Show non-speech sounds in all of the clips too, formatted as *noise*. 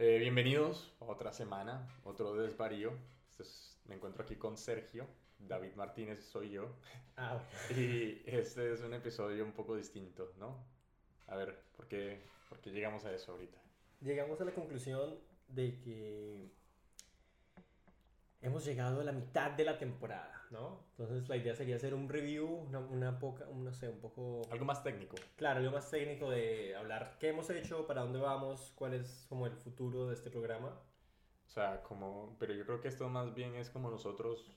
Eh, bienvenidos a otra semana, otro desvarío. Esto es- me encuentro aquí con Sergio, David Martínez soy yo. *laughs* Ah, bueno. Y este es un episodio un poco distinto, ¿no? A ver, ¿por qué, por qué llegamos a eso ahorita? Llegamos a la conclusión de que hemos llegado a la mitad de la temporada, ¿no? Entonces la idea sería hacer un review, una, una poca, un, no sé, un poco... Algo más técnico. Claro, algo más técnico de hablar qué hemos hecho, para dónde vamos, cuál es como el futuro de este programa. O sea, como... Pero yo creo que esto más bien es como nosotros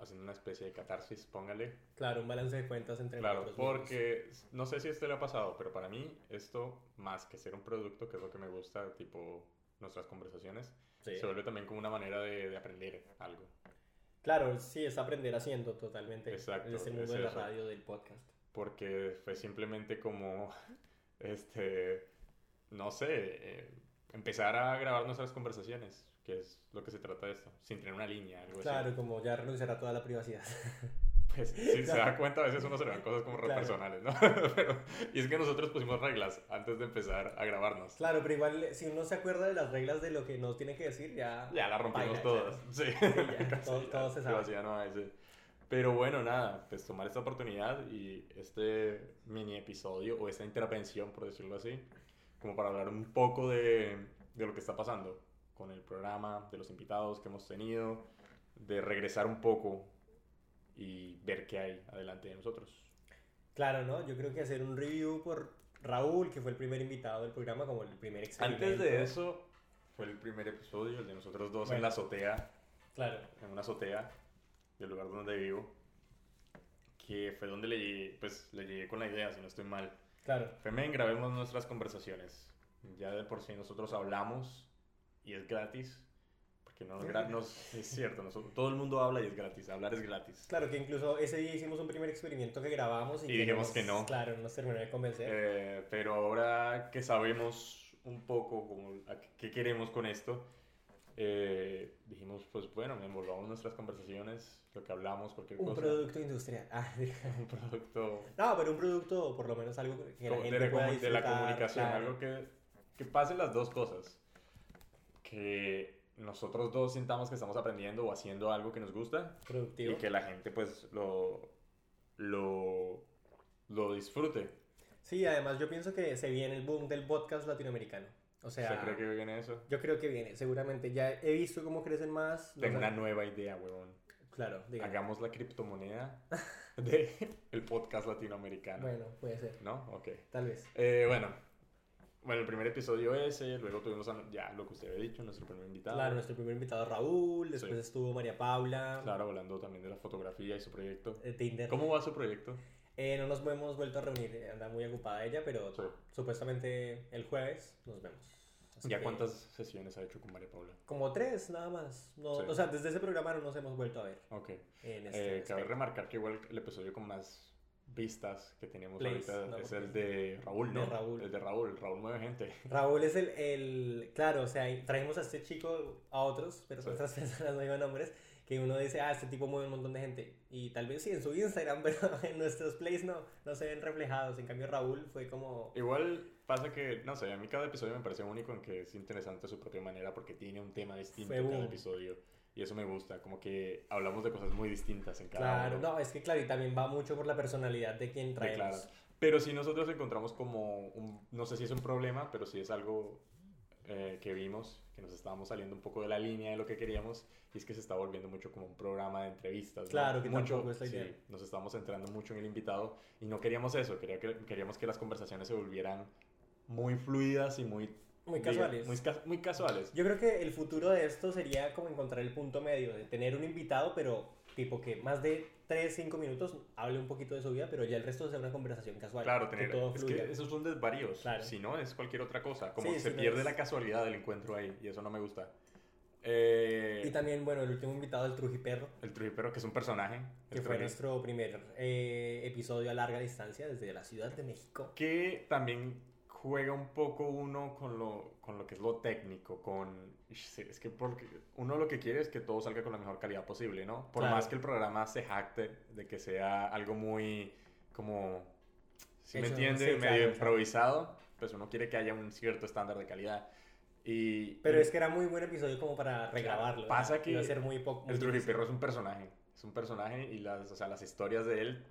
haciendo una especie de catarsis, póngale. Claro, un balance de cuentas entre Claro, nosotros mismos. porque no sé si esto le ha pasado, pero para mí esto, más que ser un producto, que es lo que me gusta, tipo nuestras conversaciones, Sí. Se vuelve también como una manera de, de aprender algo. Claro, sí, es aprender haciendo totalmente. Exacto, En este mundo es de la eso. radio, del podcast. Porque fue simplemente como, *laughs* este, no sé, eh, empezar a grabar nuestras conversaciones, que es lo que se trata de esto, sin tener una línea, algo Claro, así. como ya renunciar a toda la privacidad. *laughs* Pues si se da cuenta, a veces uno se le dan cosas como re Claro. personales, ¿no? *laughs* Pero- y es que nosotros pusimos reglas antes de empezar a grabarnos. Claro, pero igual si uno se acuerda de las reglas de lo que nos tiene que decir, ya... Ya la rompimos baila, todas. claro. Sí, ya, *laughs* Casi todo- ya, todo se sabe. privacidad no hay, sí. Pero bueno, nada, pues tomar esta oportunidad y este mini episodio o esta intervención, por decirlo así, como para hablar un poco de, de lo que está pasando con el programa, de los invitados que hemos tenido, de regresar un poco y ver qué hay adelante de nosotros. Claro, ¿no? Yo creo que hacer un review por Raúl, que fue el primer invitado del programa, como el primer experimento. Antes de eso, fue el primer episodio, el de nosotros dos en Bueno. la azotea. Claro. en una azotea del lugar donde vivo, que fue donde le llegué, pues, le llegué con la idea, si no estoy mal. Claro. Femen, grabemos nuestras conversaciones. Ya de por sí nosotros hablamos y es gratis, porque no, gra- no- es cierto, nosotros- todo el mundo habla y es gratis, hablar es gratis. Claro que incluso ese día hicimos un primer experimento que grabamos y, Y dijimos nos- que no. Claro, no nos terminó de convencer. Eh, pero ahora que sabemos un poco como a qué- qué queremos con esto, eh, dijimos, pues bueno, envolvamos nuestras conversaciones, lo que hablamos, cualquier un cosa. producto industrial. Ah, *laughs* *laughs* un producto no, pero un producto, o por lo menos algo que la Como gente de, la pueda comu- de la disfrutar, comunicación, claro. algo que, que pasen las dos cosas. Que nosotros dos sintamos que estamos aprendiendo o haciendo algo que nos gusta productivo. y que la gente pues lo, lo, lo disfrute. Sí, además yo pienso que se viene el boom del podcast latinoamericano. O ¿Se sea, cree que viene eso? yo creo que viene, seguramente. Ya he visto cómo crecen más. los- Tengo una nueva idea, huevón. Claro, diga. Hagamos la *laughs* criptomoneda de el podcast latinoamericano. Bueno, puede ser, ¿No? Ok. tal vez. Eh, bueno, bueno, el primer episodio ese, luego tuvimos a- ya lo que usted había dicho, nuestro primer invitado. Claro, nuestro primer invitado Raúl, después Sí. estuvo María Paula, Claro, hablando también de la fotografía y su proyecto. de Tinder. ¿Cómo va su proyecto? Eh, no nos hemos vuelto a reunir, eh, anda muy ocupada ella, pero Sí. supuestamente el jueves nos vemos. Así ¿Ya que- cuántas sesiones ha hecho con María Paula? Como tres, nada más. No, Sí. O sea, desde ese programa no nos hemos vuelto a ver. Ok. En este Eh, cabe aspecto. remarcar que igual el episodio con más vistas que tenemos Plays, ahorita no, es porque- el de Raúl, ¿no? De Raúl. El de Raúl. Raúl mueve gente. Raúl es el, el- Claro, o sea, y trajimos a este chico, a otros, pero Sí. otras *laughs* personas, no digo nombres, que uno dice, ah, este tipo mueve un montón de gente. Y tal vez sí en su Instagram, *laughs* pero en nuestros plays no, no se ven reflejados. En cambio, Raúl fue como. Igual pasa que, no sé, a mí cada episodio me parece único en que es interesante a su propia manera porque tiene un tema distinto Fue cada boom. episodio. Y eso me gusta, como que hablamos de cosas muy distintas en cada Claro, uno. no, es que claro, y también va mucho por la personalidad de quien Sí, claro. traemos. Pero si nosotros encontramos como, un- no sé si es un problema, pero si es algo eh, que vimos, que nos estábamos saliendo un poco de la línea de lo que queríamos, y es que se está volviendo mucho como un programa de entrevistas. ¿no? Claro, que mucho, tampoco es la idea. sí, nos estábamos centrando mucho en el invitado y no queríamos eso, quería que- queríamos que las conversaciones se volvieran muy fluidas y muy... Muy diga- casuales. Muy, cas- muy casuales. Yo creo que el futuro de esto sería como encontrar el punto medio, de tener un invitado, pero tipo que más de 3, 5 minutos hable un poquito de su vida, pero ya el resto sea una conversación casual. Claro, que tener, todo es que fluya. esos son desvaríos. Claro. Si no, es cualquier otra cosa. Como Sí, que se si no pierde es- la casualidad del encuentro ahí, y eso no me gusta. Eh, Y también, bueno, el último invitado, el Trujiperro, El Trujipero, que es un personaje. el que fue Truji- nuestro primer eh, episodio a larga distancia desde la Ciudad de México. Que también juega un poco uno con lo, con lo que es lo técnico, con... Ish, Es que porque uno lo que quiere es que todo salga con la mejor calidad posible, ¿no? Por Claro. más que el programa se jacte de que sea algo muy como... Si me Hecho, entiende, sí, medio claro, claro. improvisado, pues uno quiere que haya un cierto estándar de calidad. Y Pero y es que era muy buen episodio como para regrabarlo. pasa ¿no? que Iba a ser muy poco. el Trujillo es un personaje, es un personaje y las, o sea, las historias de él...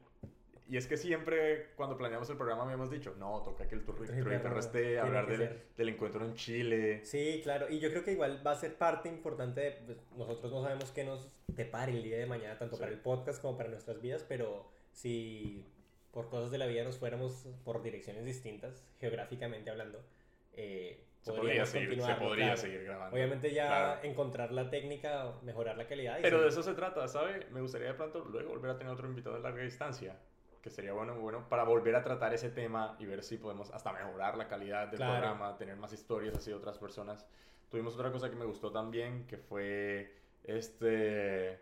Y es que siempre cuando planeamos el programa habíamos dicho, no, toca que el Trujillo Trujillo Perro Perro esté, tiene hablar que del, ser. del encuentro en Chile. Sí, claro. Y yo creo que igual va a ser parte importante. de- pues, nosotros no sabemos qué nos depare el día de mañana, tanto Sí. para el podcast como para nuestras vidas, pero si por cosas de la vida nos fuéramos por direcciones distintas, geográficamente hablando, eh, Se podría podríamos seguir, se continuarlo, podría claro. seguir grabando. Obviamente ya Claro. encontrar la técnica, mejorar la calidad. y Pero de sí, eso se trata, ¿sabe? Me gustaría de pronto luego volver a tener otro invitado de larga distancia, que sería bueno, muy bueno, para volver a tratar ese tema y ver si podemos hasta mejorar la calidad del Claro. programa, tener más historias así de otras personas. Tuvimos otra cosa que me gustó también, que fue este,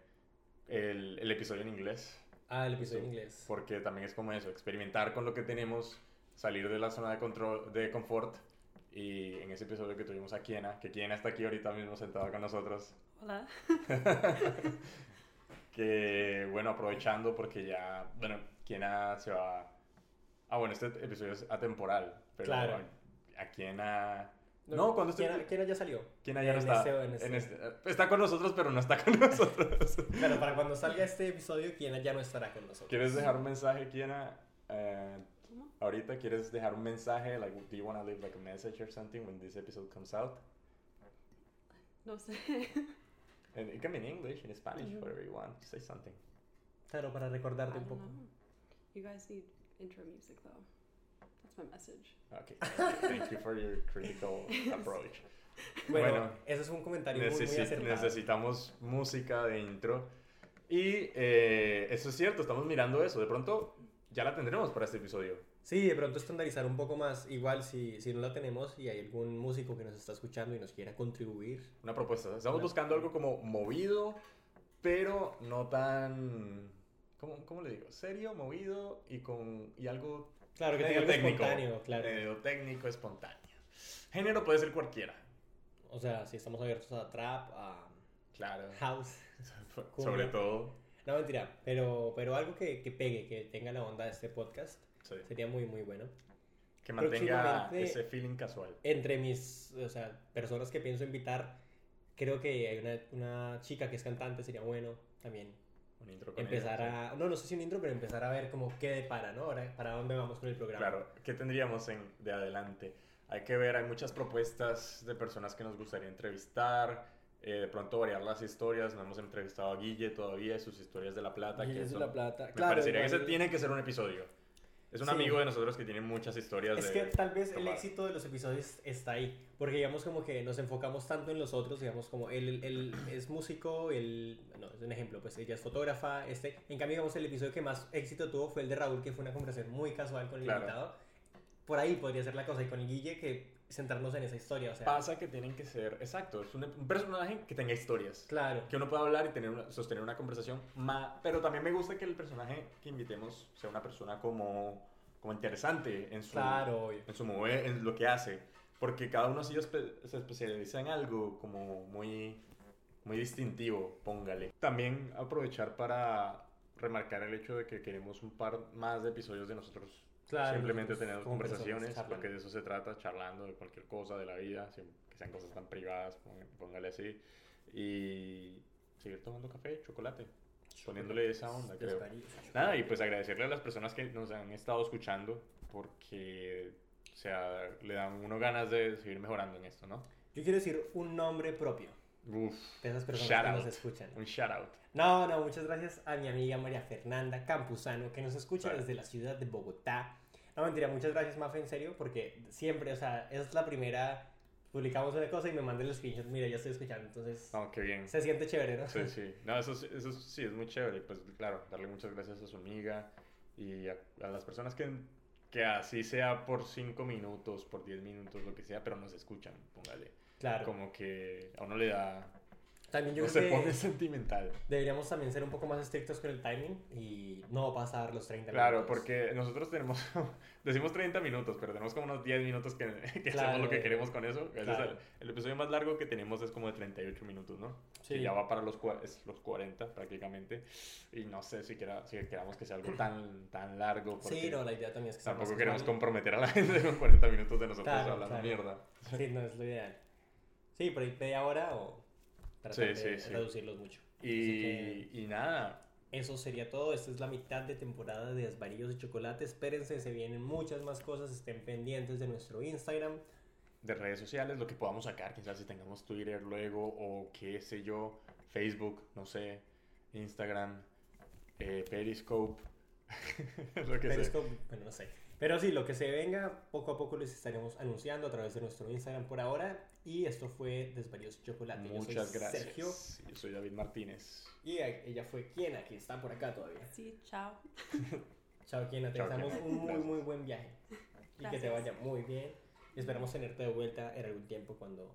el, el episodio en inglés, Ah, el episodio en Sí. inglés. porque también es como eso, experimentar con lo que tenemos, salir de la zona de, control, de confort. Y en ese episodio que tuvimos a Kiena, que Kiena está aquí ahorita mismo sentada con nosotros, Hola. *laughs* que bueno, aprovechando porque ya, bueno, Kiena se va... Ah, bueno, este episodio es atemporal, pero Claro. a, a Kiena... No, cuando este- ¿Quién, quién ya salió? Kiena ya no En está. este o en este. en este- Está con nosotros, pero no está con *laughs* nosotros. Claro, para cuando salga este episodio, Kiana ya no estará con nosotros. ¿Quieres dejar un mensaje, Kiena? Eh, ¿Cómo? ahorita, ¿quieres dejar un mensaje? Like, do you want to leave like a message or something when this episode comes out? No sé. And it can be in English, in Spanish, Mm. Ujú. whatever you want. Say something. Claro, para I recordarte un don't poco. know. You guys need intro music though. That's my message. Okay. Thank you for your *laughs* critical approach. Bueno, Bueno, eso es un comentario muy, muy Necesi- acertado. necesitamos música de intro. Y eh, eso es cierto, estamos mirando eso. De pronto ya la tendremos para este episodio. Sí, de pronto estandarizar un poco más. Igual, si, si no la tenemos y hay algún músico que nos está escuchando y nos quiera contribuir. Una propuesta. Estamos Una- buscando algo como movido, pero no tan... ¿Cómo, cómo le digo? Serio, movido y con y algo Claro, que medio tenga algo espontáneo, claro. Medio técnico, espontáneo. Género puede ser cualquiera. O sea, si estamos abiertos a trap, a Claro. house. *laughs* Sobre todo. No, mentira. Pero, pero algo que, que pegue, que tenga la onda de este podcast, sí. sería muy, muy bueno. Que mantenga Próximamente- ese feeling casual. entre mis o sea, personas que pienso invitar, creo que hay una, una chica que es cantante, sería bueno también Un intro con ella, empezar sí. a, no, no sé si un intro, pero empezar a ver como qué depara, ¿no? Ahora, para dónde vamos con el programa. Claro, ¿qué tendríamos en, de adelante? Hay que ver, hay muchas propuestas de personas que nos gustaría entrevistar, eh, de pronto variar las historias, no hemos entrevistado a Guille todavía y sus historias de La Plata. que son- plata. Me parecería que ese tiene que ser un episodio. Es un Sí. amigo de nosotros que tiene muchas historias Es de... que tal vez el tomar. éxito de los episodios está ahí, porque digamos como que nos enfocamos tanto en los otros, digamos como él, él- él es músico, él, no, es un ejemplo, pues ella es fotógrafa, este, en cambio digamos el episodio que más éxito tuvo fue el de Raúl, que fue una conversación muy casual con el Claro. invitado, por ahí podría ser la cosa, y con el Guille que centrarnos en esa historia, o sea, Pasa que tienen que ser... Exacto, es un, e, un personaje que tenga historias. claro, Que uno pueda hablar y tener una- sostener una conversación. ma- pero también me gusta que el personaje que invitemos sea una persona como, como interesante en su, claro, obvio. en su mover, en lo que hace. Porque cada uno así espe- se especializa en algo como muy, muy distintivo, póngale. También aprovechar para remarcar el hecho de que queremos un par más de episodios de nosotros. Claro, Simplemente nosotros tener como personas conversaciones, charlando. porque de eso se trata, charlando de cualquier cosa de la vida, sin- que sean cosas tan privadas, pon- póngale así. Y seguir tomando café, chocolate, poniéndole esa onda, Los creo. París. Nada, y pues agradecerle a las personas que nos han estado escuchando porque, o sea, le dan uno ganas de seguir mejorando en esto, ¿no? Yo quiero decir un nombre propio Uf, de esas personas Shout que out. nos escuchan. un shout out. No, no, muchas gracias a mi amiga María Fernanda Campuzano, que nos escucha Claro. desde la ciudad de Bogotá. No, mentira, muchas gracias, Mafe, en serio, porque siempre, o sea, es la primera, publicamos una cosa y me mandan los screenshots, mira, ya estoy escuchando, entonces No, qué bien. se siente chévere, ¿no? Sí, sí. No, eso, sí- eso sí es muy chévere. Pues claro, darle muchas gracias a su amiga y a, a las personas que, que así sea por 5 minutos, por 10 minutos, lo que sea, pero nos escuchan, póngale. Claro. Como que a uno le da... También yo no se creo que pone *laughs* sentimental. deberíamos también ser un poco más estrictos con el timing y no pasar los 30 Claro, minutos. porque nosotros tenemos, *laughs* decimos 30 minutos, pero tenemos como unos 10 minutos que, *laughs* que Claro. hacemos lo que queremos con eso. Ese es Claro. el, el episodio más largo que tenemos es como de 38 minutos, ¿no? Sí. Que ya va para los, cua- es los 40 prácticamente. Y no sé si, quiera- si queramos que sea algo tan, tan largo. Porque Sí, no, la idea también es que sea más Tampoco queremos *laughs* casual. comprometer a la gente con 40 minutos de nosotros Claro, *laughs* hablando claro. mierda. Sí, no, es lo ideal. Sí, por ahí media hora o tratar Sí, de sí, sí. reducirlos mucho. Así que- Y, y nada, Eso sería todo. Esta es la mitad de temporada de Asvarillos y Chocolate. Espérense, se vienen muchas más cosas. Estén pendientes de nuestro Instagram. de redes sociales, lo que podamos sacar, quizás si tengamos Twitter luego o qué sé yo, Facebook, no sé, Instagram, eh, Periscope, *laughs* lo que sea. Periscope, bueno, no sé. Pero sí, lo que se venga, poco a poco les estaremos anunciando a través de nuestro Instagram por ahora. Y esto fue Desvaríos y Chocolate. Yo soy Muchas gracias. Sergio. Yo soy David Martínez. Y a- ella fue Kiena, que está por acá todavía. Sí, chao. Chao, Kiena. Te Chao, deseamos Kiena. un muy, Gracias. muy buen viaje. Y que te Gracias. vaya muy bien. Y esperamos tenerte de vuelta en algún tiempo cuando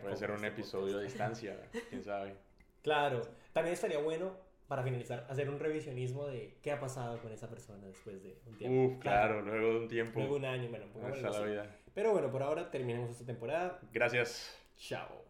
Puede compre ser un este episodio podcast. a distancia, quién sabe. Claro, también estaría bueno, para finalizar, hacer un revisionismo de qué ha pasado con esa persona después de un *laughs* tiempo. Uf, claro, luego de un tiempo. Luego un año, bueno, un poco Hasta menos. la vida. Pero bueno, por ahora terminemos esta temporada. Gracias. Chao.